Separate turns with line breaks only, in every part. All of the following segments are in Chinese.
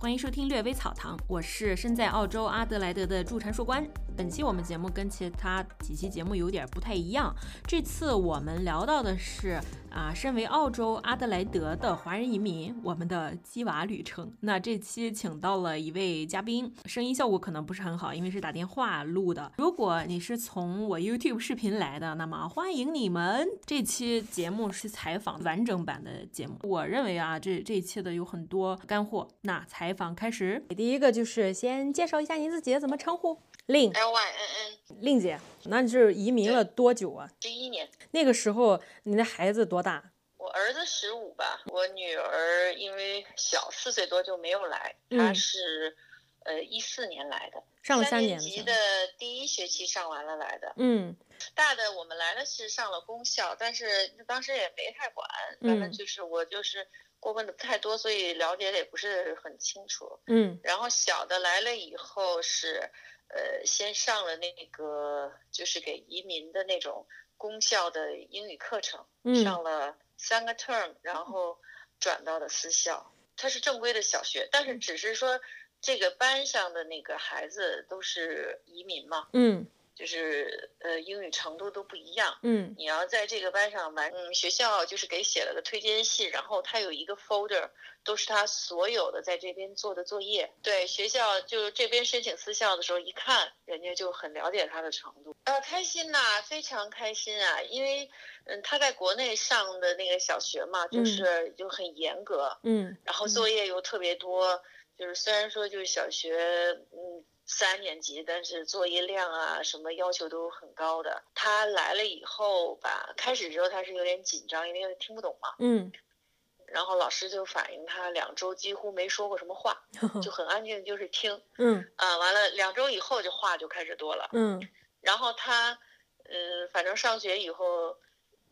欢迎收听略微草堂，我是身在澳洲阿德莱德的驻阐述官。本期我们节目跟其他几期节目有点不太一样，这次我们聊到的是啊，身为澳洲阿德莱德的华人移民，我们的鸡娃旅程。那这期请到了一位嘉宾，声音效果可能不是很好，因为是打电话录的。如果你是从我 YouTube 视频来的，那么欢迎你们。这期节目是采访完整版的节目，我认为啊，这这一期的有很多干货。那采访开始，第一个就是先介绍一下您自己，怎么称呼？令
L Y N N，
令姐，那你是移民了多久啊？
十一年，
那个时候你的孩子多大？
我儿子十五吧，我女儿因为小四岁多就没有来，她
嗯
是呃一四年来的，
上了
三
年
级
级
的。第一学期上完了来的，
嗯
大的我们来了是上了公校，但是当时也没太管，反正
嗯
就是我就是过问的不太多，所以了解的也不是很清楚。
嗯
然后小的来了以后是，呃，先上了那个就是给移民的那种公校的英语课程，
嗯
上了三个 term，然后转到了私校。它是正规的小学，但是只是说这个班上的那个孩子都是移民嘛，
嗯
就是呃英语程度都不一样。
嗯
你要在这个班上完，嗯，学校就是给写了个推荐信，然后他有一个 folder，都是他所有的在这边做的作业。对，学校就这边申请私校的时候，一看人家就很了解他的程度，啊，开心呐、非常开心啊，因为嗯，他在国内上的那个小学嘛，
嗯
就是就很严格，
嗯
然
嗯
后作业又特别多，就是虽然说就是小学，嗯，三年级，但是作业量啊什么要求都很高的。他来了以后吧，开始的时候他是有点紧张，因为听不懂嘛。
嗯，
然后老师就反映他两周几乎没说过什么话，就很安静，就是听
嗯
啊。完了两周以后就话就开始多了。
嗯
然后他，呃，反正上学以后，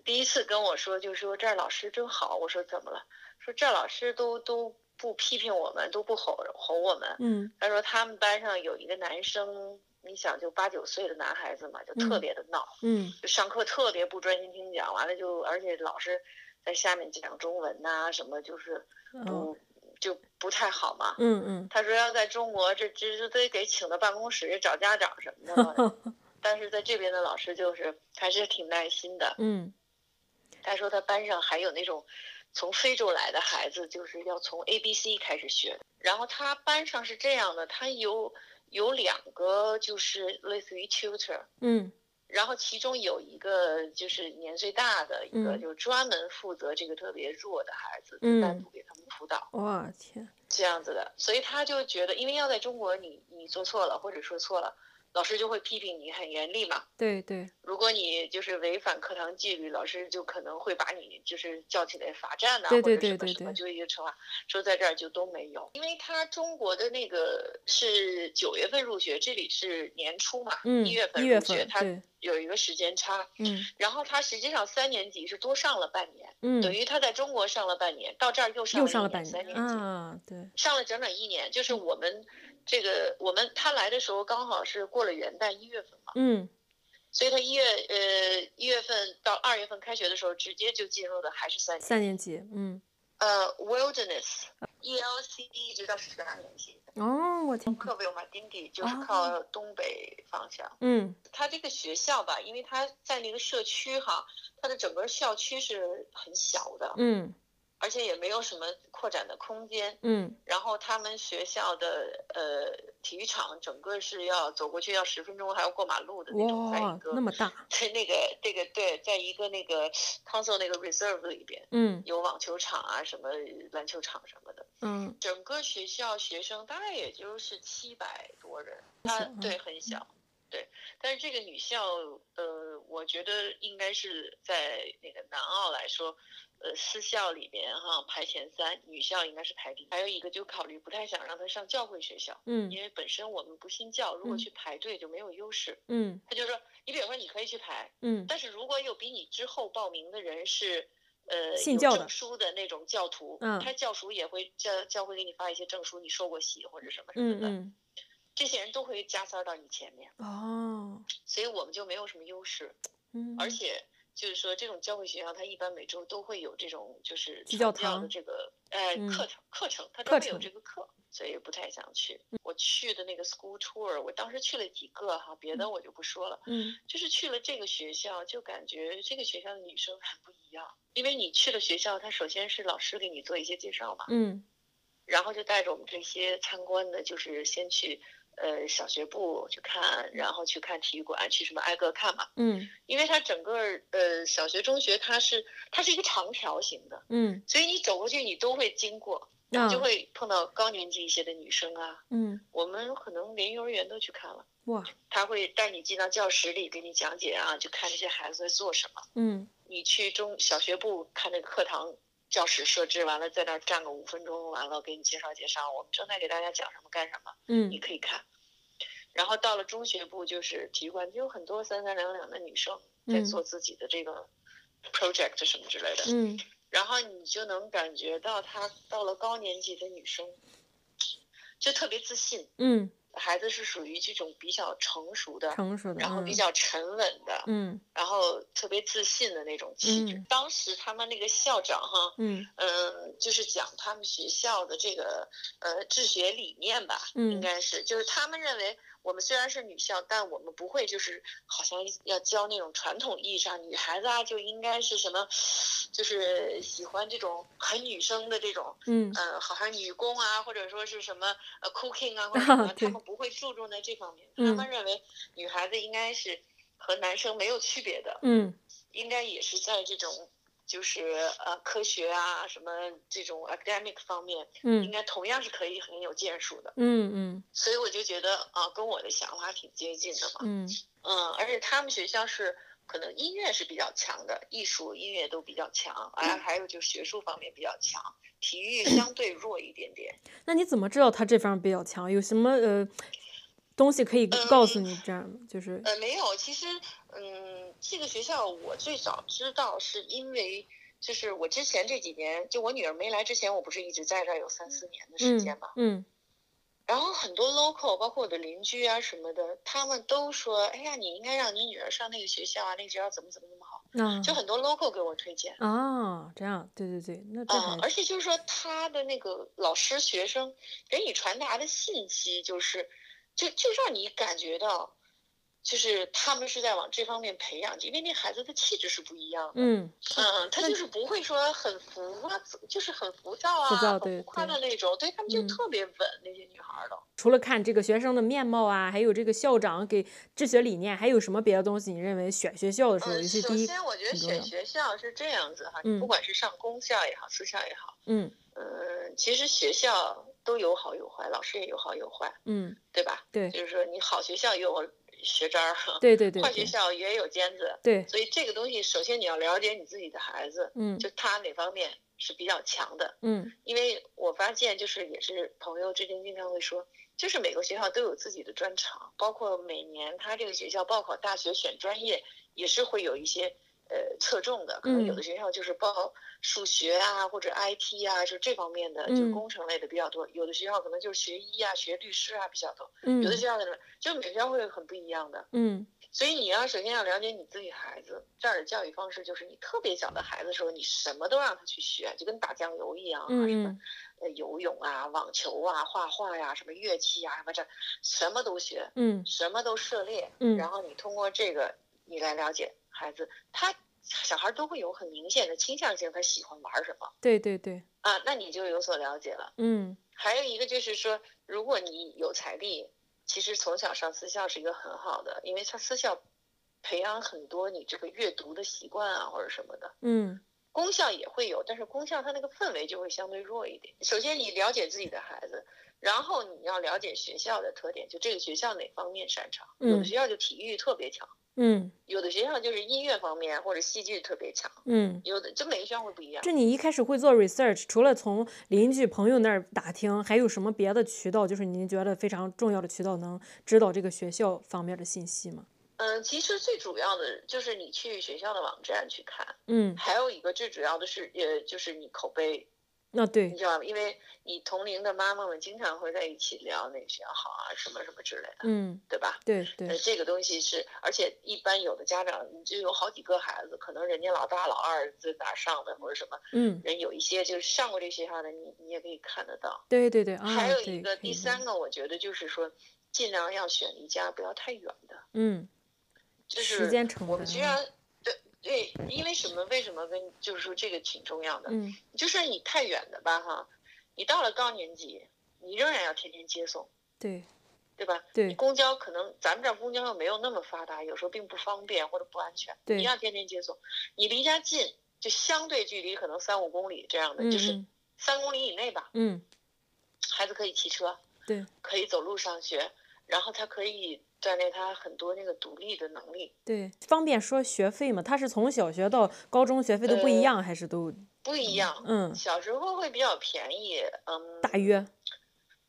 第一次跟我说，就说这儿老师真好。我说怎么了？说这儿老师都都不批评我们，都不吼吼我们。
嗯
他说他们班上有一个男生，你想就八九岁的男孩子嘛，就
嗯
特别的闹，
嗯
就上课特别不专心听讲，完了就而且老师在下面讲中文呐、什么，就是
哦
不、就不太好嘛。
嗯
他说要在中国这这这都给请到办公室找家长什么的嘛，
嗯
但是在这边的老师就是还是挺耐心的。
嗯
他说他班上还有那种从非洲来的孩子，就是要从 A B C 开始学的。然后他班上是这样的，他有有两个就是类似于 tutor，
嗯
然后其中有一个就是年岁大的一个，
嗯
就专门负责这个特别弱的孩子，
嗯
就单独给他们辅导
我天，
这样子的。所以他就觉得，因为要在中国你你做错了或者说错了，老师就会批评你，很严厉嘛。
对对，
如果你就是违反课堂纪律，老师就可能会把你就是叫起来罚站呐、
对
或
对
者
对
什么
对
什么，
对
就一个惩罚。说在这儿就都没有，因为他中国的那个是九月份入学，这里是年初嘛，
嗯，
一月份
一月
入学，
份，
他
对，
有一个时间差。
嗯
然后他实际上三年级是多上了半年，
嗯，
等于他在中国上了半年，到这儿又上
又
了
上
一
了半
三
年嗯
年级。
啊，对，
上了整整一年，就是我们这个我们他来的时候刚好是过了元旦一月份嘛，
嗯
所以他一月呃一月份到二月份开学的时候，直接就进入的还是三年
三年级，嗯，
呃 wilderness E L C D 一直到十二年级，
哦，我天，
克维尔马丁迪就是
哦
靠东北方向。
嗯
他这个学校吧，因为他在那个社区哈，它的整个校区是很小的，
嗯
而且也没有什么扩展的空间。
嗯
然后他们学校的呃体育场整个是要走过去要十分钟，还要过马路的那种，在一
哇，
个
那么大，
在那个这个对，在一个那个 council 那个 reserve 里边，
嗯
有网球场啊，什么篮球场什么的。
嗯
整个学校学生大概也就是七百多人，
小
它
啊
对很小，对。但是这个女校，呃，我觉得应该是在那个南澳来说，呃，私校里边哈排前三，女校应该是排第一。还有一个就考虑不太想让她上教会学校，
嗯
因为本身我们不信教，如果
嗯
去排队就没有优势。
嗯
他就说，你比如说你可以去排，
嗯
但是如果有比你之后报名的人是，呃，
信
有
教的
证书的那种教徒，
嗯
他教徒也会教教会给你发一些证书，你受过洗或者什么什么
嗯
的，
嗯，
这些人都会加塞儿到你前面，
哦，
所以我们就没有什么优势，
嗯，
而且。就是说，这种教会学校，它一般每周都会有这种就是
基教
传教
堂
的这个呃
嗯
课程课程，它
课
专门
程
有
嗯
这个课，所以不太想去。我去的那个 school tour，我当时去了几个哈，别的我就不说了。
嗯
就是去了这个学校，就感觉这个学校的女生很不一样，因为你去了学校，它首先是老师给你做一些介绍嘛，
嗯
然后就带着我们这些参观的，就是先去呃小学部去看，然后去看体育馆，去什么挨个看嘛，
嗯
因为它整个呃小学、中学它是它是一个长条形的，
嗯，
所以你走过去你都会经过，
那
嗯
就会碰到高年级一些的女生啊，
嗯
我们可能连幼儿园都去看了。
哇
他会带你进到教室里，给你讲解啊，就看这些孩子在做什么。
嗯
你去中小学部看那个课堂教室设置，完了在那儿站个五分钟，完了给你介绍介绍，我们正在给大家讲什么干什么，
嗯
你可以看。然后到了中学部就是体育馆，就有很多三三两两的女生在
嗯
做自己的这个 project 什么之类的。
嗯
然后你就能感觉到她到了高年级的女生就特别自信，
嗯，
孩子是属于这种比较成熟的，
成嗯熟的，
然后比较沉稳的，
嗯
然后特别自信的那种气质。
嗯
当时他们那个校长哈，
嗯
嗯，就是讲他们学校的这个呃治学理念吧，
嗯
应该是就是他们认为我们虽然是女校，但我们不会就是好像要教那种传统意义上女孩子啊就应该是什么，就是喜欢这种很女生的这种
嗯
呃，好像女工啊，或者说是什么呃 cooking 啊，或者什么，
对
他们不会注重在这方面。
嗯
他们认为女孩子应该是和男生没有区别的，
嗯
应该也是在这种就是呃科学啊什么这种 academic 方面，应
嗯
该同样是可以很有建树的。
嗯
所以我就觉得啊、跟我的想法挺接近的嘛。
嗯
嗯，而且他们学校是。可能音乐是比较强的，艺术、音乐都比较强，
嗯
啊，还有就是学术方面比较强，体育相对弱一点点。
那你怎么知道他这方比较强？有什么呃东西可以告诉你？这样就是
嗯呃，没有，其实，嗯，这个学校我最早知道是因为，就是我之前这几年，就我女儿没来之前，我不是一直在这儿有三四年的时
嗯
间嘛。
嗯
然后很多 local，包括我的邻居啊什么的，他们都说，哎呀，你应该让你女儿上那个学校啊，那个学校怎么怎么怎么好，
啊
就很多 local 给我推荐。
啊这样对对对，那这
啊、
还
而且就是说，他的那个老师、学生给你传达的信息，就是，就就让你感觉到，就是他们是在往这方面培养，因为那孩子的气质是不一样的。
嗯
嗯，他
那
就是不会说很浮啊，就是很浮躁啊，
浮躁对
很浮夸的那种。对他们就
嗯
特别稳，那些女孩儿都。
除了看这个学生的面貌啊，还有这个校长给治学理念，还有什么别的东西？你认为选学校的时候，尤
嗯，
其
首
第一，
先我觉得
很重
选
要
学校是这样子哈，
嗯
你不管是上公校也好，私校也好，
嗯
嗯，其实学校都有好有坏，老师也有好有坏，
嗯，
对吧？
对
就是说你好学校也有学渣儿，
对对对
坏学
对
校也有尖子，
对，
所以这个东西首先你要了解你自己的孩子，
嗯
就他哪方面是比较强的。
嗯
因为我发现就是也是朋友之间经常会说，就是每个学校都有自己的专长，包括每年他这个学校报考大学选专业也是会有一些。呃，侧重的可能
嗯
有的学校就是报数学啊，或者 IT 啊，就这方面的，就
嗯
工程类的比较多。有的学校可能就是学医啊、学律师啊比较多。
嗯
有的学校可能就每个学校会很不一样的，
嗯
所以你要首先要了解你自己孩子这儿的教育方式，就是你特别小的孩子的时候，你什么都让他去学，就跟打酱油一样啊，什么
嗯
呃游泳啊、网球啊、画画呀、什么乐器啊，什么这什么都学，
嗯
什么都涉猎。
嗯
然后你通过这个，你来了解孩子，他小孩都会有很明显的倾向性，他喜欢玩什么
对对对，
啊，那你就有所了解了。
嗯
还有一个就是说，如果你有财力，其实从小上私校是一个很好的，因为它私校培养很多你这个阅读的习惯啊，或者什么的。
嗯
公校也会有，但是公校它那个氛围就会相对弱一点。首先，你了解自己的孩子，然后你要了解学校的特点，就这个学校哪方面擅长。有的
嗯
学校就体育特别强，
嗯
有的学校就是音乐方面或者戏剧特别强，
嗯。
有的就每个学校会不一样。
这你一开始会做 research，除了从邻居朋友那儿打听，还有什么别的渠道？就是您觉得非常重要的渠道，能知道这个学校方面的信息吗？
嗯，其实最主要的就是你去学校的网站去看。
嗯
还有一个最主要的是，呃，就是你口碑，
啊
那对
你，知道吗？因为你同龄的妈妈们经常会在一起聊哪个学校好啊，什么什么之类的，
嗯，
对吧？
对
呃，
对，
这个东西是，而且一般有的家长你就有好几个孩子，可能人家老大老二在哪儿上的或者什么，
嗯，
人有一些就是上过这学校的，你你也可以看得到。
对对对啊，
还有
对
一个
可
第
以
三个，我觉得就是说，尽量要选离家不要太远的，
嗯，
就
时
是
间成
我们
本
居
啊
然对对，因为什么？为什么跟就是说这个挺重要的？
嗯
就是你太远的吧哈，你到了高年级，你仍然要天天接送，
对
对吧？你
对
公交可能咱们这儿公交又没有那么发达，有时候并不方便或者不安全，
对
一样天天接送。你离家近，就相对距离可能三五公里这样的，
嗯
就是
嗯
三公里以内吧，
嗯
孩子可以骑车，
对
可以走路上学，然后他可以锻炼他很多那个独立的能力。
对，方便说学费嘛，他是从小学到高中学费都不一
呃
样，还是都
不一样，
嗯
小时候会比较便宜，嗯，
大约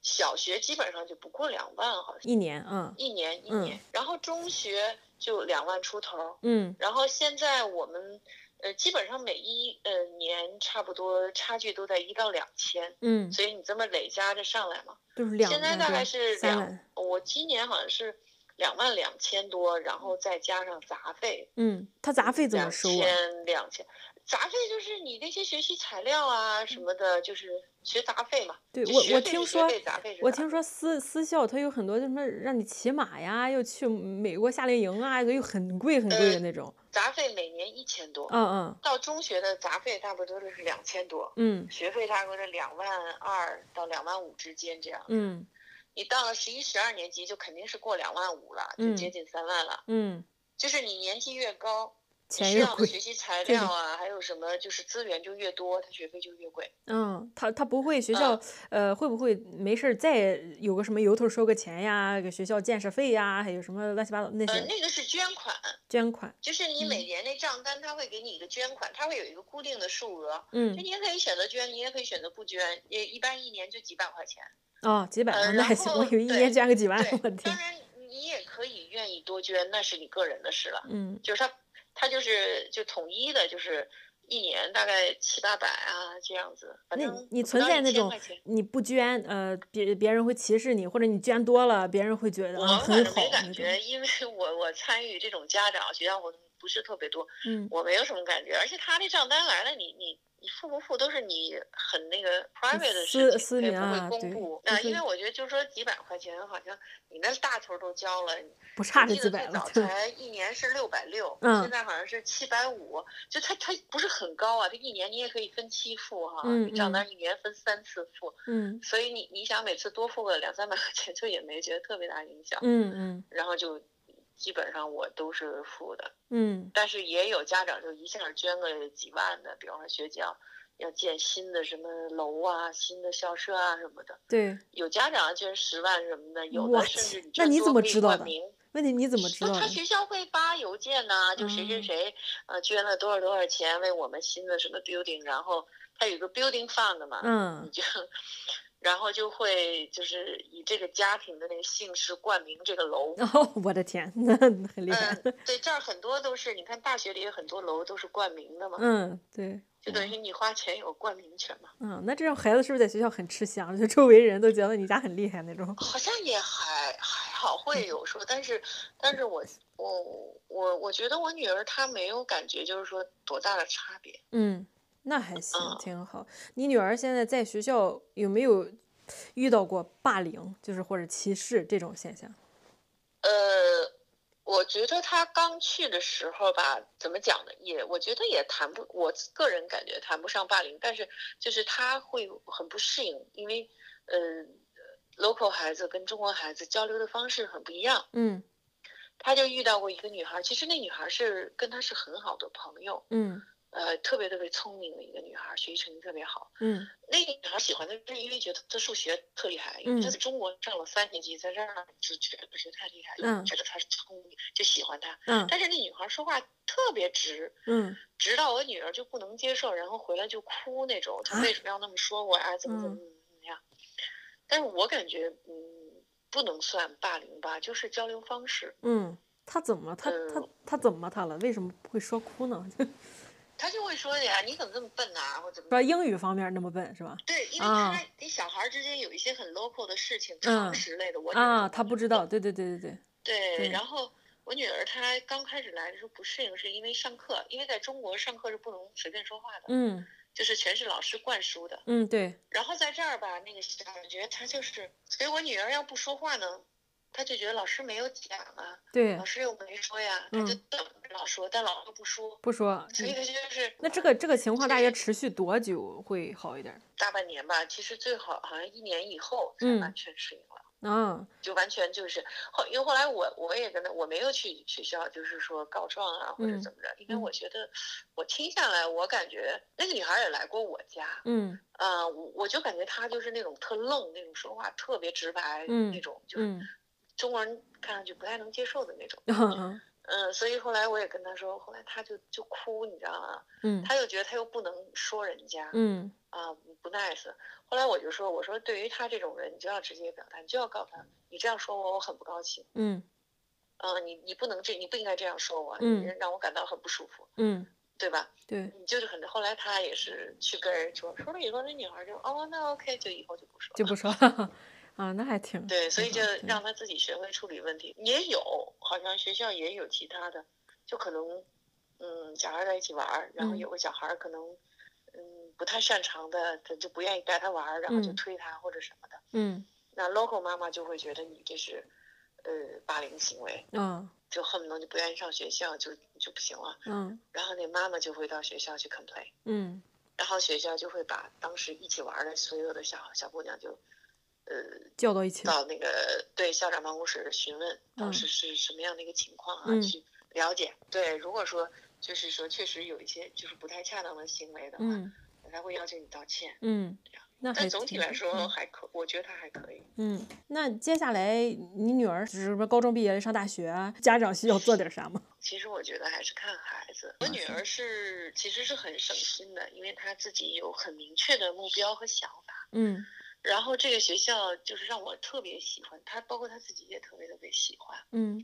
小学基本上就不过两万，好像
一年啊？
一年一
嗯
年，然后中学就两万出头，
嗯
然后现在我们呃基本上每一呃年差不多差距都在一到两千，
嗯，
所以你这么累加着上来嘛，
就是两
现在
万
大概
对
是
三
两
万，，
我今年好像是两万两千多，然后再加上杂费，
嗯，他杂费怎么
两
收啊？
千两千，杂费就是你那些学习材料啊什么的，就是学杂费嘛。
对
就
我
学
我
费
听
是学
说
费杂费是
我
杂
听说私私校它有很多就什么让你骑马呀，又去美国夏令营啊，又很贵很贵的
呃
那种。
杂费每年一千多，
嗯嗯
到中学的杂费差不多都是两千多，
嗯
学费差不多两万二到两万五之间这样。
嗯
你到了十一、十二年级就肯定是过两万五了，就
嗯
接近三万了。
嗯，
就是你年纪越高，你
钱
需
越
要的学
贵。
习材
对
料啊，还有什么就是资源就越多，他学费就越贵。
嗯，他他不会学校呃会不会没事儿再有个什么由头收个钱呀，给学校建设费呀，还有什么乱七八糟那
呃，
些
那个是捐款，
捐款？
就是你
嗯
每年那账单，他会给你一个捐款，他会有一个固定的数额。就
嗯
你也可以选择捐，你也可以选择不捐，也一般一年就几百块钱。
哦，几百
呃
啊， 那
然
还行，我
后
以为一
对
年捐个几万， 我
对，
天
当。然你也可以愿意多捐，那是你个人的事了。
嗯
就是他，他就是就统一的，就是一年大概七八百啊这样子。反
那
正
你你
不
存
到
在那
1000
种
块钱
你不捐，呃，别别人会歧视你，或者你捐多了，别人会觉得
我
啊
反
很
正
好
没
那
感
种。
觉，因为 我我参与这种家长学校活动不是特别多，
嗯
我没有什么感觉。而且他那账单来了，你你你付不付都是你很那个 private
私
的事情，
私
对
民
不
啊
会
对
公布。
就
啊，
是
因为我觉得就说几百块钱，好像你那大头都交了，
不差
我
这
记
几
得
百
最
了
早，
对
才一年是六百六，
嗯
现在好像是七百五，就它它不是很高啊。这一年你也可以分期付哈，
嗯
你账
嗯
单一年分三次付，
嗯
所以你你想每次多付个两三百块钱，就也没觉得特别大影响。
嗯
然后就基本上我都是付的，
嗯
但是也有家长就一下捐个几万的，比方说学校要建新的什么楼啊、新的校舍啊什么的，
对。
有家长捐十万什么的，有
我
的
去
甚至
那
捐
你
多
怎么
可以
知道
冠
的
名
问题你怎么知
那
道
他
的？
学校会发邮件呐、就谁谁
嗯
谁呃捐了多少多少钱为我们新的什么 building，然后他有一个 building fund 嘛，你
嗯
就，然后就会就是以这个家庭的那个姓氏冠名这个楼。
哦，我的天，那很厉害。
嗯，对，这儿很多都是，你看大学里有很多楼都是冠名的嘛，
嗯，对。
就等于你花钱有冠名权嘛。
嗯，那这种孩子是不是在学校很吃香？就周围人都觉得你家很厉害那种。
好像也还还好，会有说，但是，但是我我我我觉得我女儿她没有感觉，就是说多大的差别。
嗯，那还行，
嗯
挺好。你女儿现在在学校有没有遇到过霸凌，就是或者歧视这种现象？
呃，我觉得他刚去的时候吧，怎么讲呢？也我觉得也谈不，我个人感觉谈不上霸凌，但是就是他会很不适应，因为呃，local 孩子跟中国孩子交流的方式很不一样。
嗯
他就遇到过一个女孩，其实那女孩是跟他是很好的朋友，
嗯
呃，特别特别聪明的一个女孩，学习成绩特别好。
嗯
那个女孩喜欢他，是因为觉得他数学特厉害，因为他
嗯
在中国上了三年级，在这儿就觉得觉得太厉害，
嗯
就觉得他是聪明，就喜欢他。
嗯
但是那女孩说话特别直，
嗯
直到我女儿就不能接受，然后回来就哭那种，她
啊嗯
为什么要那么说我呀、怎么怎么怎么怎么样？但是我感觉，嗯，不能算霸凌吧，就是交流方式。
嗯，他怎么他他
嗯
他怎么他了？为什么会说哭呢？
他就会说呀，你怎么这么笨呐、或怎么
说英语方面那么笨是吧？
对，因为
啊
他跟小孩儿之间有一些很 local 的事情、
嗯
常识类的，我女
啊，
儿
他不知道，对对对对对，对
对，然后我女儿她刚开始来的时候不适应，是因为上课，因为在中国上课是不能随便说话的，
嗯
就是全是老师灌输的。
嗯对，
然后在这儿吧，那个小觉她就是，所以我女儿要不说话呢，她就觉得老师没有讲啊，
对
老，师又没说呀，她就
嗯
等着老师说，但老师不说，
不说。
所以
嗯
她就是
那这个这个情况大
所以
约持续多久会好一点？
大半年吧，其实最好好像一年以后才
嗯
完全适应了。
啊，
就完全就是后，因为后来我我也跟他，我没有去学校，就是说告状啊或者
嗯
怎么着，因为
嗯
我觉得我听下来，我感觉那个女孩也来过我家，
嗯
呃，我我就感觉她就是那种特愣那种说话特别直白、
嗯
那种，就是
嗯，
中国人看上去不太能接受的那种，
嗯
嗯、所以后来我也跟她说，后来她就就哭，你知道吗？
嗯
她又觉得她又不能说人家，
嗯
啊、不 nice。后来我就说，我说对于她这种人，你就要直接表达，你就要告诉她，你这样说我，我很不高兴。
嗯
嗯、你你不能这，你不应该这样说我，
嗯
你让我感到很不舒服，
嗯，
对吧？
对，
你就是很，后来他也是去跟人说，说了以后，那女孩就哦，那 OK，就以后就不说了，
就不说了 啊，那还挺
对，所以
挺
就
好对
让他自己学会处理问题。也有，好像学校也有其他的，就可能，嗯，小孩在一起玩儿，然后
嗯
有个小孩可能，嗯，不太擅长的，他就不愿意带他玩儿，然后就
嗯
推他或者什么的，
嗯
那 local 妈妈就会觉得你这是，呃，霸凌行为，
啊
就恨不得就不愿意上学校，就就不行了。
嗯
然后那妈妈就会到学校去 complain，
嗯
然后学校就会把当时一起玩的所有的小小姑娘就，呃，
叫到一起，
到那个对校长办公室询问当
嗯
时是什么样的一个情况啊，
嗯
去了解。对，如果说就是说确实有一些就是不太恰当的行为的话，
嗯
他会要求你道歉。
嗯，那还
但总体
挺
来
好
说
嗯
还可，我觉得他还可以。
嗯，那接下来你女儿是什么高中毕业上大学啊，家长需要做点啥吗？
其实我觉得还是看孩子。我
啊
女
是
儿是其实是很省心的，因为她自己有很明确的目标和想法。
嗯
然后这个学校就是让我特别喜欢，他包括他自己也特别特别喜欢。
嗯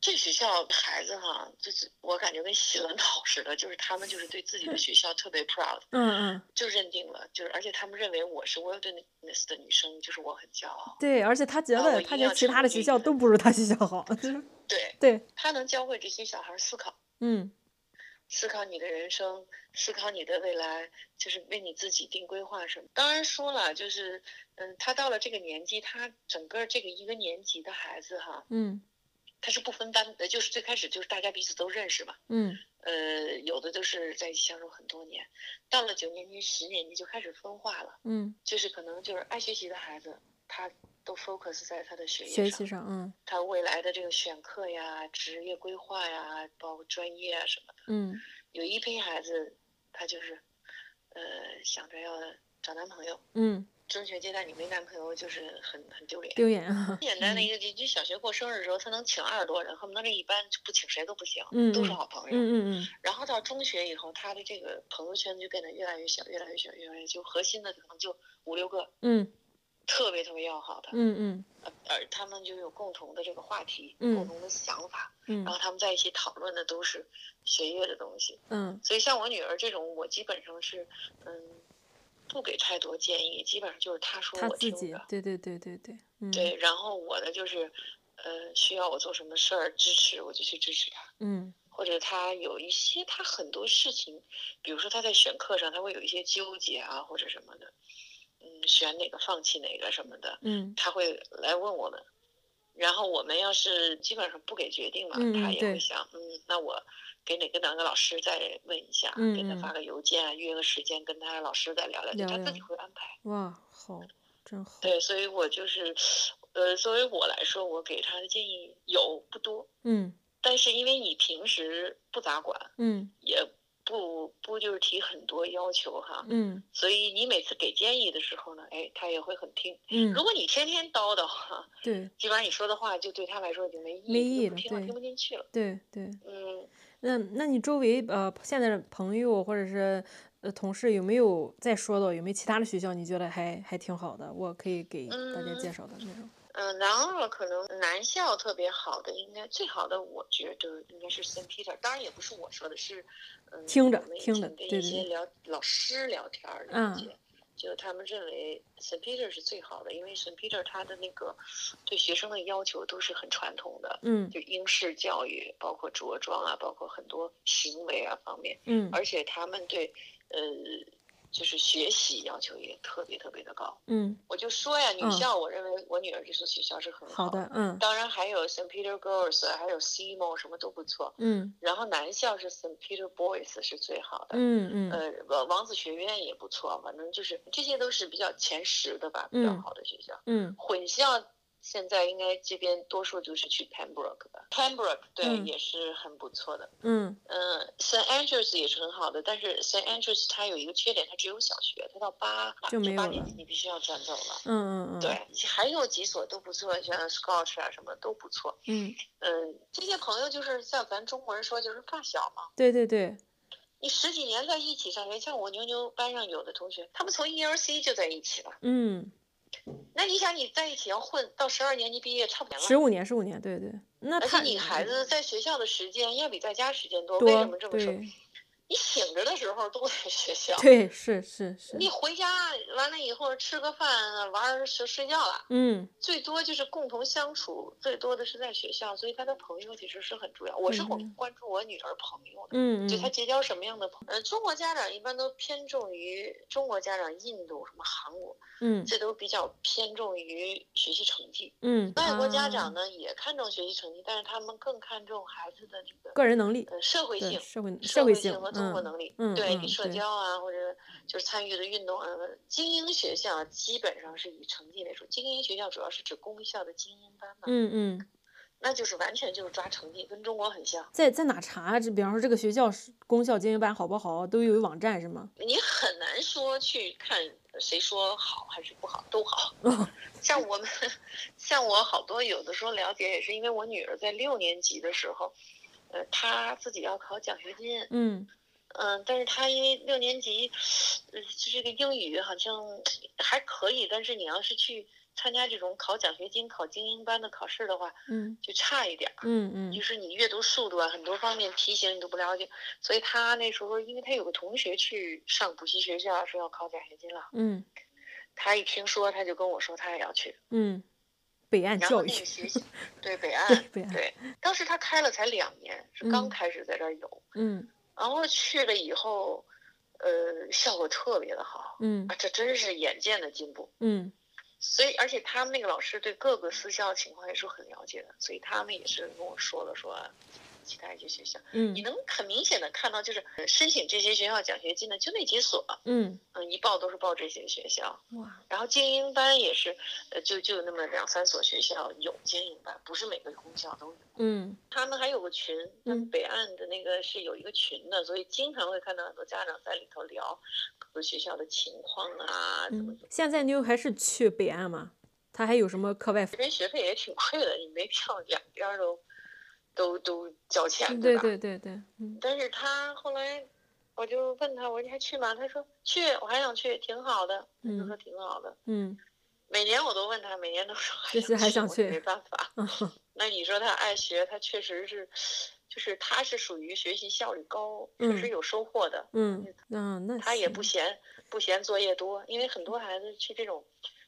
这学校孩子哈、就是我感觉跟洗了脑似的，就是他们就是对自己的学校特别 proud，
嗯嗯，
就认定了，就是而且他们认为我是 wilderness 的女生，就是我很骄傲。
对，而且她觉
啊我
得
一
她觉
定
得
要
其
成
他的
为
学
一
校
个
都不如她学校好， 就是
对
对，
他能教会这些小孩思考，
嗯
思考你的人生，思考你的未来，就是为你自己定规划什么。当然说了，就是嗯，他到了这个年纪，他整个这个一个年级的孩子哈、
嗯
他是不分班的，就是最开始就是大家彼此都认识嘛，
嗯
呃，有的都是在一起相处很多年，到了九年级、十年级就开始分化了，
嗯，
就是可能就是爱学习的孩子，他都 focus 在他的学业
学
上
习，上嗯
他未来的这个选课呀、职业规划呀，包括专业啊什么的。
嗯
有一批孩子，他就是，呃，想着要找男朋友，
嗯，
中学阶段你没男朋友就是很很丢脸。
丢眼啊，
简单的一个，就就小学过生日的时候，他能请二十多人，恨不得这一班就不请谁都不行，
嗯
都是好朋友。
嗯嗯
然后到中学以后，他的这个朋友圈就变得越来越小，越来越小，越来越小就核心的可能就五六个，
嗯
特别特别要好的，
嗯嗯
呃而他们就有共同的这个话题，
嗯
共同的想法，
嗯
然后他们在一起讨论的都是学业的东西。
嗯
所以像我女儿这种，我基本上是，嗯，不给太多建议，基本上就是她说
他
我
自
听
己
着，
对对对对对，嗯
对，然后我的就是，呃，需要我做什么事儿支持，我就去支持她。
嗯
或者他有一些他很多事情，比如说他在选课上他会有一些纠结啊或者什么的，嗯，选哪个放弃哪个什么的，
嗯
他会来问我们。然后我们要是基本上不给决定嘛，
嗯嗯
他也
对
会想，嗯，那我给哪个哪个老师再问一下，
嗯
给他
嗯
发个邮件啊，约个时间跟他老师再聊聊，就
聊
他自
聊
己会安排。
哇，好真好，
对，所以我就是，呃，作为我来说，我给他的建议有不多，
嗯
但是因为你平时不咋管，
嗯
也不不就是提很多要求哈，
嗯
所以你每次给建议的时候呢，哎，他也会很听。
嗯
如，果你天天叨叨哈，
对
基本上你说的话就对他来说就没意义，
没意义
就不
了
听了，
对
听不进去了。
对对，
嗯，
那那你周围呃现在的朋友或者是呃同事有没有再说到有没有其他的学校你觉得还还挺好的，我可以给大家介
嗯
绍的那种？
嗯，南澳了可能南校特别好的，应该最好的，我觉得应该是 Saint Peter。当然也不是我说的，是嗯，
听着
我们以
听
前
着
跟
对
一
对
些
对
聊老师聊天儿的
嗯
感觉，就他们认为 Saint Peter 是最好的，因为 Saint Peter 他的那个对学生的要求都是很传统的，
嗯
就英式教育，包括着装啊，包括很多行为啊方面，
嗯
而且他们对呃就是学习要求也特别特别的高。
嗯，
我就说呀，女
嗯
校，我认为我女儿这所学校是很
好的，嗯
当然还有 St. Peter Girls，还有 CMO 什么都不错。
嗯
然后男校是 St. Peter Boys 是最好的，
嗯嗯
呃，王王子学院也不错，反正就是这些都是比较前十的吧，比较
嗯
好的学校。
嗯
混校现在应该这边多数就是去 Pembroke 吧，Pembroke 对、
嗯
也是很不错的。
嗯
嗯，St. Andrews 也是很好的，但是 St. Andrews 它有一个缺点，它只有小学，它到八
就没有
八
了
年级你必须要转走了。
嗯嗯
对，还有几所都不错，像 Scotch 啊什么都不错。
嗯，
嗯，这些朋友就是像咱中国人说就是发小嘛，
对对对，
你十几年在一起上学，像我妞妞班上有的同学，他们从 E L C 就在一起了。
嗯，
那你想你在一起要混到十二年级毕业，差不多
十
了。
五年十五年，对对，那
而
他
且你孩子在学校的时间要比在家时间多，为什
多
么这么说？
对
你醒着的时候都在学校，
对是是是，
你回家完了以后吃个饭啊玩儿睡睡觉了，
嗯
最多就是共同相处，最多的是在学校，所以他的朋友其实是很重要。我是很
嗯
关注我女儿朋友的，
嗯
就她
嗯
结交什么样的朋友。呃，中国家长一般都偏重于中国家长、印度什么韩国，
嗯
这都比较偏重于学习成绩。
嗯，
外国家
啊
长呢也看重学习成绩，但是他们更看重孩子的这个
个人能力，
呃社会
对
性。
社会
社
会
性
性，
和综合
嗯
能力，
嗯
对
嗯
你社
对
交啊，或者就是参与的运动啊，呃精英学校基本上是以成绩为主。精英学校主要是指公校的精英班嘛，
嗯嗯，
那就是完全就是抓成绩，跟中国很像。
在在哪查？这比方说这个学校是公校精英班好不好，都有网站是吗？
你很难说去看谁说好还是不好，都好。
哦
像我们， 像我好多有的时候了解也是因为我女儿在六年级的时候，呃，她自己要考奖学金，
嗯
嗯，但是他因为六年级，呃，就这个英语好像还可以，但是你要是去参加这种考奖学金、考精英班的考试的话，
嗯
就差一点儿。
嗯嗯
就是你阅读速度啊，很多方面题型你都不了解，所以他那时候，因为他有个同学去上补习学校，说要考奖学金了，
嗯
他一听说，他就跟我说他也要去，
嗯，北岸
然后
教育
那，个学校，对北岸，
北岸，
对，当时他开了才两年，是刚
嗯
开始在这儿有，
嗯
然后去了以后，呃，效果特别的好
嗯
啊，这真是眼见的进步。
嗯
所以，而且他们那个老师对各个私校情况也是很了解的，所以他们也是跟我说了说，其他一些学校，
嗯
你能很明显的看到，就是呃申请这些学校奖学金的就那几所，
嗯，
嗯，一报都是报这些学校，
哇，
然后精英班也是，呃，就就那么两三所学校有精英班，不是每个公校都有。
嗯
他们还有个群，他们
嗯
北岸的那个是有一个群的，所以经常会看到很多家长在里头聊各个学校的情况啊，怎么
嗯
怎，么。
现在妞还是去北岸吗？他还有什么课外
这
辅？
边学费也挺贵的，你没必要两边儿都都都交钱，
嗯对
吧？
对对对，嗯
但是他后来，我就问他，我说你还去吗？他说去，我还想去，挺好的。他就
嗯
说挺好的。
嗯
每年我都问他，每年都说
这次还想
我说
去
没办法。
啊
那你说他爱学，他确实是，就是他是属于学习效率高，确实
嗯
有收获的。
嗯啊，那
他也
行
不嫌不嫌作业多，因为很多孩子去这种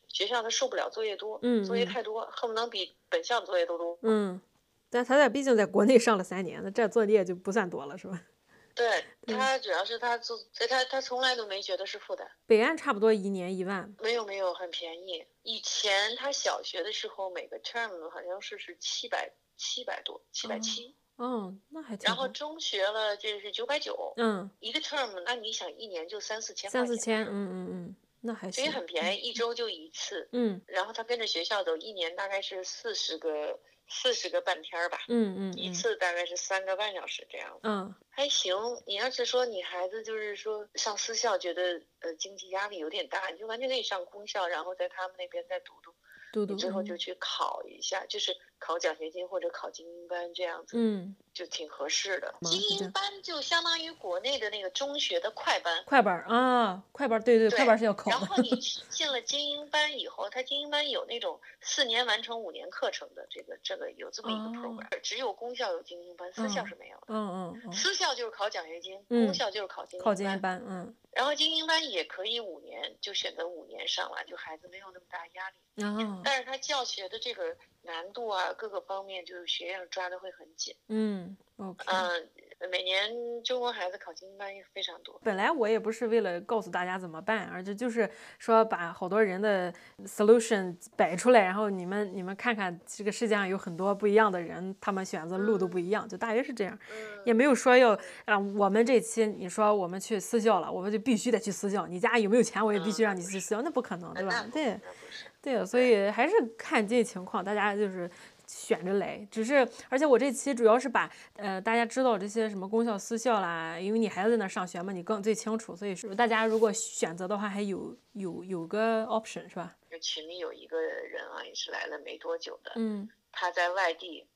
学校，他受不了作业多，
嗯
作业
嗯
太多，恨不能比本校的作业都多。
嗯，但他在毕竟在国内上了三年，那这作业就不算多了是吧？
对
对
他主要是他做，所以他他从来都没觉得是负担，
北岸差不多一年一万，
没有没有很便宜。以前他小学的时候，每个 term 好像是是七百七百多，七百七，
哦，那还挺
然
好
后。中学了就是九百九
嗯，
一个 term，那你想一年就三四千，
三四，千，嗯嗯嗯，那还行
所以，很便宜，一周就一次。
嗯
然后他跟着学校走，一年大概是四十个四十个半天儿吧，
嗯嗯
一
嗯，
次大概是三个半小时这样，
嗯
还行。你要是说你孩子就是说上私校觉得呃经济压力有点大，你就完全可以上公校，然后在他们那边再读读，
嘟
你
嘟，
最后
嗯
就去考一下，就是考奖学金或者考精英班这样子，
嗯，
就挺合适的。
吗
精
是这样
英班就相当于国内的那个中学的快班。
快板儿啊，快板儿，对对，
对
快板儿是要考
然
的，
后你进了精英班以后，它精英班有那种四年完成五年课程的这个这个有这么一个
哦
program，、只有公校有精英班，私校
嗯
是没有的。
嗯嗯嗯，
私校就是考奖学金，
嗯
公校就是考精英
考精英班，嗯，
然后精英班也可以五年，就选择五年上完，就孩子没有那么大压力。
啊，
但是他教学的这个难度啊，各个方面就是学校抓的会很紧。
嗯，OK。
嗯、每年中国孩子考精英班也非常多。
本来我也不是为了告诉大家怎么办，而是就是说把好多人的 solution 摆出来，然后你们你们看看这个世界上有很多不一样的人，他们选择路都不一样，就大约是这样，
嗯，
也没有说要啊、我们这期你说我们去私校了，我们就必须得去私校，你家有没有钱我也必须让你去私校，那不可能，对
那
吧
不？
对。
那不是。
对的，所以还是看这情况，大家就是选着来。只是，而且我这期主要是把呃大家知道这些什么公校、私校啦，因为你孩子在那上学嘛，你更最清楚。所以是大家如果选择的话，还有有有个 option 是吧？
就群里有一个人啊，也是来了没多久的，
嗯
他在外地，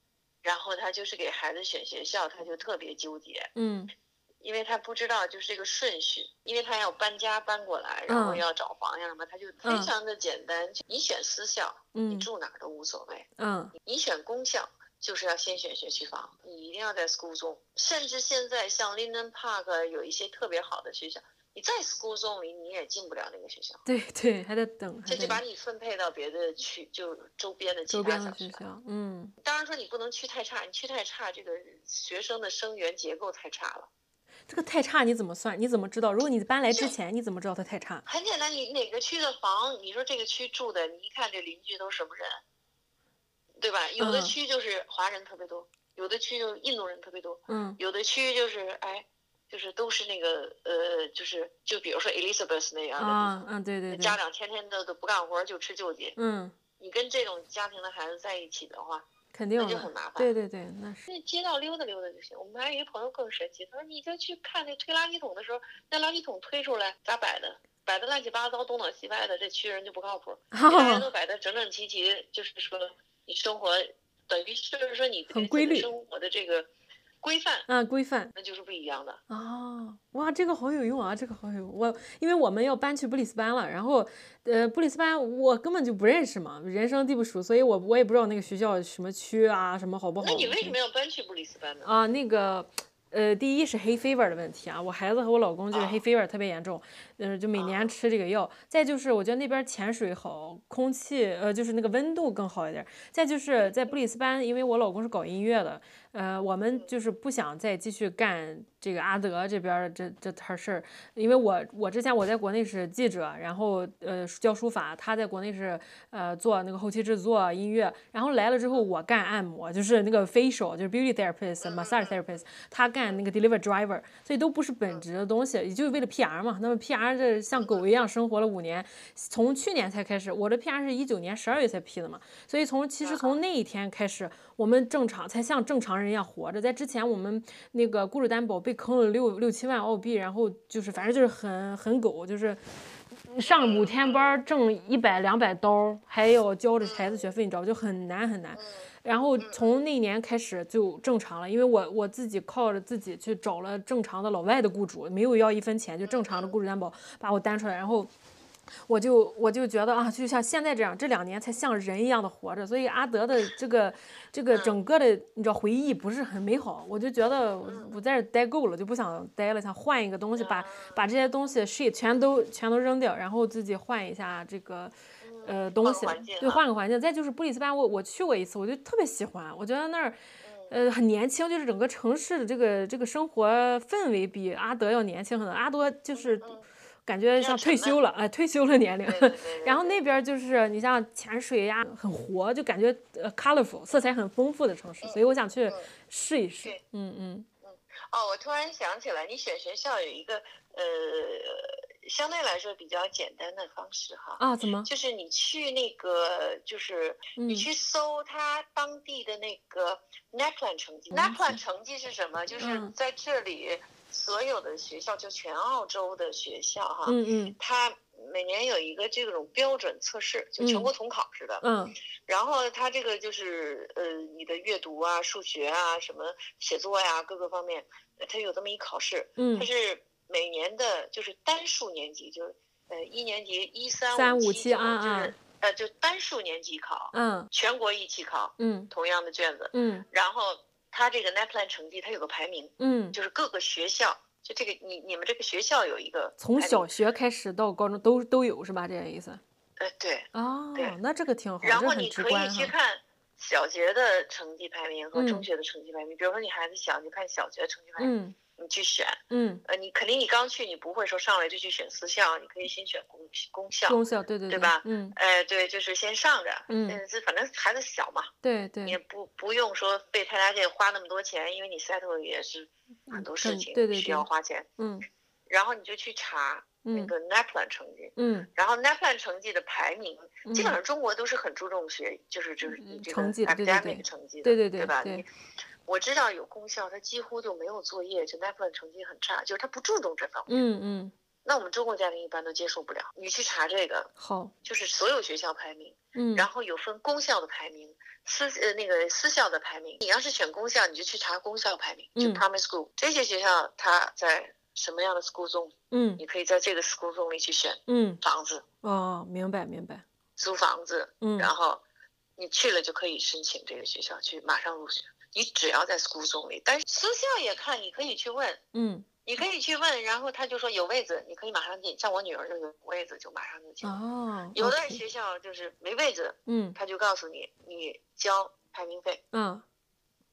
然后他就是给孩子选学校，他就特别纠结，
嗯
因为他不知道就是这个顺序，因为他要搬家搬过来，然后
嗯
要找房呀什么，他就非
嗯
常的简单。就你选私校，你
嗯
住哪儿都无所谓。
嗯
你选公校就是要先选学区房，你一定要在 school zone，甚至现在像 Linden Park 啊有一些特别好的学校，你在 school zone 里你也进不了那个学校，
对啊对，还得等，还
这就
得
把
等
你分配到别的区，就周边的其
周
他
边的
小
学
学。
校。嗯，
当然说你不能去太差，你去太差，这个学生的生源结构太差了。
这个太差你怎么算？你怎么知道？如果你搬来之
是
前，你怎么知道它太差？
很简单，你哪个区的房，你说这个区住的，你一看这邻居都什么人，对吧？有的
嗯
区就是华人特别多，有的区就是印度人特别多，
嗯
有的区就是哎，就是都是那个呃，就是就比如说 Elizabeth 那样的地方
啊嗯，对对对，
家长天天的都不干活儿就吃救济，
嗯，
你跟这种家庭的孩子在一起的话，
肯定
那就
的
很，麻烦。
对对对，那是。
那街道溜达溜达就行。我们还有一个朋友更神奇，他说你就去看那推垃圾桶的时候，那垃圾桶推出来咋摆的？摆的乱七八糟，东倒西歪的，这区人就不靠谱。
哦
大家都摆的整整齐齐，就是说你生活等于就是说你
很
对自己
规
的
律
生活的这个规范，
啊，规范
那就是不一样的。
啊！哇，这个好有用啊，这个好有用。我因为我们要搬去布里斯班了，然后，呃，布里斯班我根本就不认识嘛，人生地不熟，所以我我也不知道那个学校什么区啊，什么好不好。
那你为什么要搬去布里斯班呢？
啊？那个，呃，第一是黑 fever 的问题啊，我孩子和我老公就是黑
啊
fever 特别严重，嗯、就每年吃这个药。再就是我觉得那边潜水好，空气呃就是那个温度更好一点儿。再就是在布里斯班，因为我老公是搞音乐的，呃，我们就是不想再继续干这个阿德这边儿的这这摊事儿，因为我我之前我在国内是记者，然后呃教书法，他在国内是呃做那个后期制作音乐，然后来了之后我干按摩，就是那个 facial 就是 beauty therapist、massage therapist，他干那个 deliver driver，所以都不是本职的东西，也就是为了 PR 嘛。那么 PR 这像狗一样生活了五年，从去年才开始，我的 PR 是一九年十二月才批的嘛，所以从其实从那一天开始，我们正常才像正常人一样活着。在之前，我们那个雇主担保被坑了六六七万澳币，然后就是反正就是很很狗，就是上五天班儿挣一百两百刀，还要交着孩子学费，你知道吧就很难很难。然后从那年开始就正常了，因为我我自己靠着自己去找了正常的老外的雇主，没有要一分钱，就正常的雇主担保把我担出来，然后。我就我就觉得啊，就像现在这样，这两年才像人一样的活着，所以阿德的这个这
嗯
个整个的你知道回忆不是很美好，我就觉得
嗯
我在这儿待够了，就不想待了，想换一个东西，
啊
把把这些东西 shit 全都全都扔掉，然后自己换一下这个呃东
换
西
个环境，
对，
啊
换个环境。再就是布里斯班，我我去过一次，我就特别喜欢，我觉得那儿。呃，很年轻，就是整个城市的这个这个生活氛围比阿德要年轻很多。阿德就是感觉
嗯比较
像
沉
退
闷
休了，哎、退休了年龄。
对对对 对
然后那边儿就是你像潜水呀，很活，就感觉呃 colorful 色彩很丰富的城市，所以我想去试一试
嗯对。
嗯嗯
哦，我突然想起来，你选学校有一个呃，相对来说比较简单的方式哈，
啊，怎么？
就是你去那个，就是
嗯
你去搜他当地的那个 NAPLAN 成绩。NAPLAN 成绩是什么？就是
嗯
在这里所有的学校，就全澳洲的学校哈，
嗯嗯
它每年有一个这种标准测试，就全国统考似的。
嗯
然后它这个就是呃，你的阅读啊、数学啊、什么写作呀、各个方面，呃它有这么一考试。
嗯
它是每年的，就是单数年级，就是呃一年级一三
三五
五
七
九
啊
就
啊
是呃就单数年级考，
嗯
全国一起考
嗯
同样的卷子。
嗯
然后它这个 NAPLAN 成绩，它有个排名，
嗯，
就是各个学校，就这个你你们这个学校有一个
从
排名
小学开始到高中都都有是吧？这个意思？
呃对，
哦
对，
那这个挺好，
然
这
后
很
你
直
可以
观
去
哈。
看小学的成绩排名和
嗯
中学的成绩排名。比如说你孩子小，你看小学成绩排名，
嗯
你去选。
嗯，
呃，你肯定你刚去，你不会说上来就去选私校，你可以先选公公校。
中校对对
对吧
嗯
哎，对，就是先上着，
嗯
这反正孩子小嘛，
对对
你也不不用说费太大劲花那么多钱，因为你 settle 也是很多事
更
情
嗯对对
需要
对
花钱，
嗯
然后你就去查那
嗯
个 NAPLAN 成绩，
嗯
然后 NAPLAN 成绩的排名，基本
嗯，
上中国都是很注重学，就是就是
嗯
你这个
成绩的对对
academic
对
成绩的，
对对对
对吧？
对
你我知道有公校，它几乎就没有作业，就 NAPLAN 成绩很差，就是它不注重这方面。
嗯嗯
那我们中国家庭一般都接受不了。你去查这个，
好，
就是所有学校排名，
嗯
然后有分公校的排名、私呃那个私校的排名。你要是选公校，你就去查公校排名，就
嗯
primary school 这些学校它在什么样的 school zone，
嗯
你可以在这个 school zone 里去选
嗯
房子、
哦，明白明白，
租房子，
嗯
然后你去了就可以申请这个学校去马上入学。你只要在 school zone 里，但是私校也看，你可以去问，
嗯
你可以去问，然后他就说有位子，你可以马上进。像我女儿就有位子，就马上就进。
哦，
有的
OK
学校就是没位置，
嗯
他就告诉你，你交排名费
啊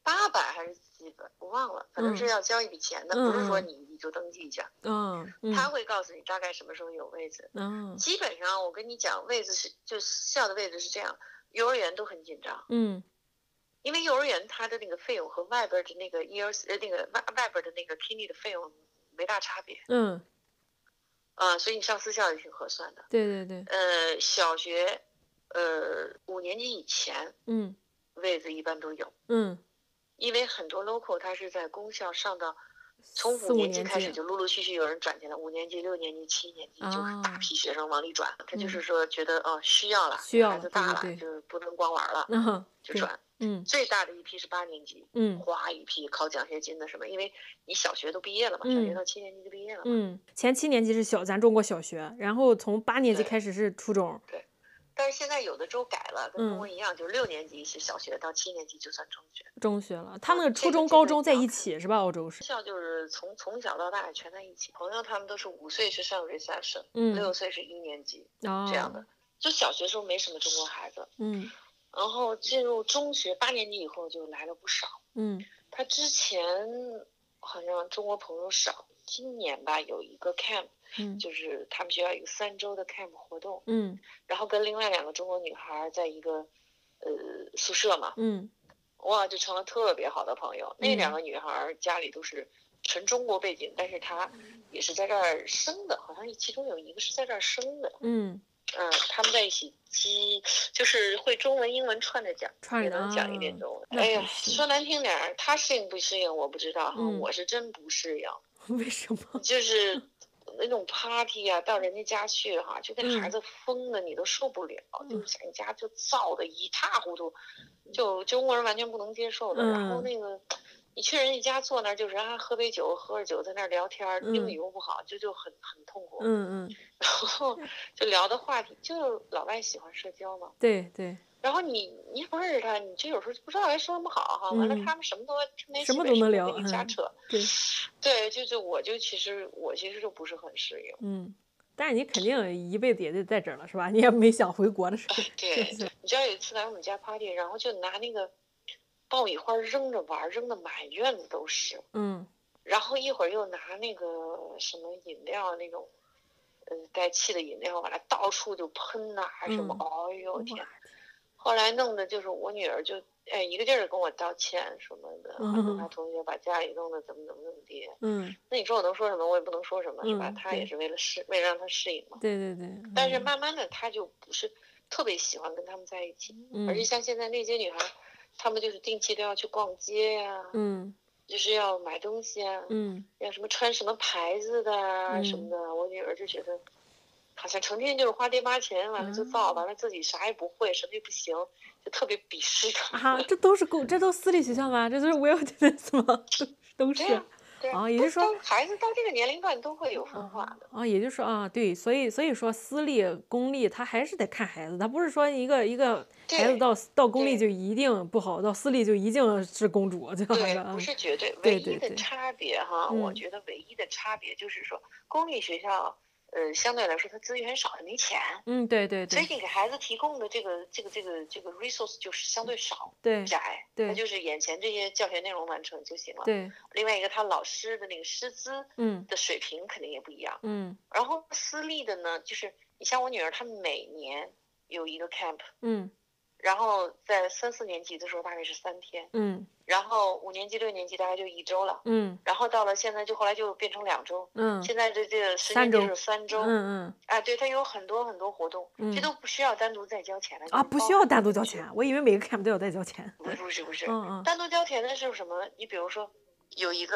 八百还是几百，我忘了，反正是
嗯
要交一笔钱的，
嗯
不是说
嗯
你你就登记一下，
嗯嗯
他会告诉你大概什么时候有位置。
啊
基本上我跟你讲，位置是就校的位置是这样，幼儿园都很紧张，
嗯
因为幼儿园它的那个费用和外边的那个 e r 呃那个外外边的那个 kindy 的费用没大差别，
嗯
啊，所以你上私校也挺合算的。
对对对
呃，小学，呃，五年级以前
嗯
位子一般都有，
嗯
因为很多 local 他是在公校上到从
四五
五年级
年
开
级
始就陆陆续续有人转进来，五年级、六年级、七年级就是
啊
大批学生往里转，他就
嗯
是说觉得哦需要了，
需要
孩
了
子
对
大
对
了
对
就是不能光玩了，
啊
就
对
转。
嗯
最大的一批是八年级，
嗯
哗一批考奖学金的什么，因为你小学都毕业了嘛，小
嗯
学到七年级就毕业了嘛，
嗯，前七年级是小咱中国小学，然后从八年级
对
开始是初中，
但是现在有的州改了，跟中国
嗯
一样，就是六年级是小学，到七年级就算中学。
中学了，他那个
这
初
个
中、
这
高
个
中在
要
一
看
起是吧？澳洲是，
校就是从从小到大全在一起，朋友他们都是五岁是上 reception，
嗯
六、岁是一年级
哦，
这样的。就小学时候没什么中国孩子，
嗯
然后进入中学八年级以后就来了不少。
嗯
他之前好像中国朋友少，今年吧有一个 camp，
嗯
就是他们学校有一个三周的 camp 活动，
嗯
然后跟另外两个中国女孩在一个呃宿舍嘛，
嗯
哇，就成了特别好的朋友。那
嗯
两个女孩儿家里都是纯中国背景，但是她也是在这儿生的，好像其中有一个是在这儿生的。
嗯，
嗯，她们在一起鸡，就是会中文、英文串着讲，
串
也
着
能讲一
啊
点中文。
那
哎呀
很，行
说难听点儿，她适应不适应我不知道哈，
嗯
我是真不适应。
为什么？
就是那种 party 啊，到人家家去哈、就跟
嗯
孩子疯的，你都受不了，
嗯
就是在你家就燥的一塌糊涂，就中国人完全不能接受的。然后
嗯
那个，你去人家家坐那儿，就是啊，喝杯酒，喝着酒在那儿聊天儿，英
嗯
语又不好，就就很很痛苦。
嗯嗯，
然后就聊的话题，就是老外喜欢社交嘛。
对对，
然后你你也不认识他，你就有时候就不知道该说什么好哈。完了，
嗯
他们什么都没
什么
没
都
事
能
儿
聊
跟你瞎
嗯
扯。
对，
对，就是我就其实我其实就不是很适应。
嗯，但是你肯定一辈子也得在这儿了是吧？你也没想回国的事，
对
是是，
你知道有一次来我们家 party，然后就拿那个爆米花扔着玩儿，扔的满院子都是。
嗯
然后一会儿又拿那个什么饮料那种，呃，带气的饮料，完了到处就喷呐、什么，哎呦
嗯哇
天！后来弄的就是我女儿就哎一个劲儿跟我道歉什么的，完 了她同学把家里弄得怎么怎么怎么地。
嗯，
那你说我能说什么？我也不能说什么，是吧
嗯？
她
对
也是为了适，为了让她适应嘛。
对对对，
但是
嗯
慢慢的，她就不是特别喜欢跟他们在一起。
嗯
而且像现在那些女孩，她们就是定期都要去逛街呀、
嗯
就是要买东西啊，
嗯
要什么穿什么牌子的啊、
嗯
什么的。我女儿就觉得，好像成天就是花爹妈钱，完了就造，完
嗯
了自己啥也不会，什么也不行，就特别鄙视他们。
啊，这都是公，这都私立学校吗？这都是 wilderness 吗？ 都
对
是
呀。对
啊也就是说
都都孩子到这个年龄段都会有分化的。
啊，也就是说啊，对，所以所以说私立、公立，他还是得看孩子，他不是说一个一个孩子
对
到到公立就
对
一定不好，到私立就一定是公主这样
对
的，啊
不。是绝对，
对
唯
对
一的
对
差别哈，我
嗯
觉得唯一的差别就是说，公立学校，呃，相对来说它资源少，它没钱，
嗯，对对
所以
对
你给孩子提供的这个这个这个这个 resource 就是相对少
对
窄，
对
它就是眼前这些教学内容完成就行了。
对，
另外一个，他老师的那个师资
嗯
的水平肯定也不一样。
嗯
然后私立的呢，就是你像我女儿，她每年有一个 camp，
嗯
然后在三四年级的时候大概是三天，
嗯
然后五年级六年级大概就一周了。
嗯
然后到了现在，就后来就变成两周，
嗯
现在这这个时
三
间
周
就是三周。
嗯嗯
啊，对，它有很多很多活动，
嗯
这都不需要单独再交钱了
啊，不需要单独交。钱，啊我以为每个 camp 都要再交钱。
就是包含不是不是，
嗯嗯
单独交钱的是什么？你比如说有一个。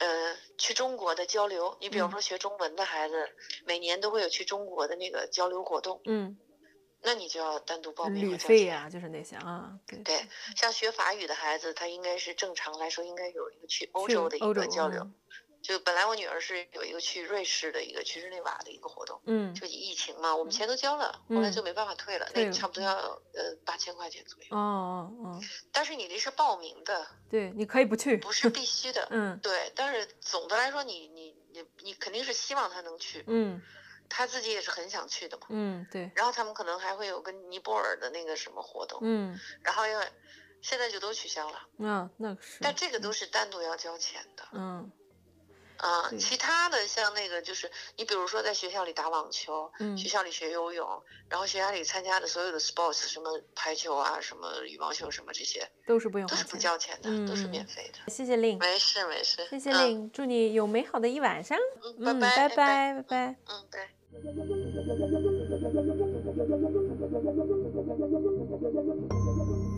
呃，去中国的交流，你比如
嗯
说学中文的孩子，每年都会有去中国的那个交流活动，
嗯，
那你就要单独报名
旅
和交
费
钱
呀、就是那些啊，对
对，像学法语的孩子，他应该是正常来说应该有一个去欧
去
洲的一
欧
个
洲嗯
交流。就本来我女儿是有一个去瑞士的一个去日内瓦的一个活动，
嗯
就疫情嘛，我们钱都交了，后来
嗯
就没办法退了，
退
那
了嗯
个差不多要呃八千块钱左右。
哦哦哦，
但是你这是报名的，
对，你可以不去，
不是必 须的。
嗯
对，但是总的来说你，你你你肯定是希望他能去，
嗯
他自己也是很想去的嘛。
嗯，对，
然后他们可能还会有跟尼泊尔的那个什么活动，
嗯
然后又现在就都取消了。
啊，那个是，
但这个都是单独要交钱的
嗯
啊、
对
其他的像那个就是你比如说在学校里打网球，
嗯
学校里学游泳，然后学校里参加的所有的 sports 什么排球啊、什么羽毛球什么这些，
都是不用
都
花
是不
钱。
交钱的，都是免
啊嗯
费的。
谢谢令，
没事没事，
谢谢
嗯，
令，祝你有美好的一晚上。
嗯
嗯，拜
拜
拜拜拜。
嗯，对。
Thank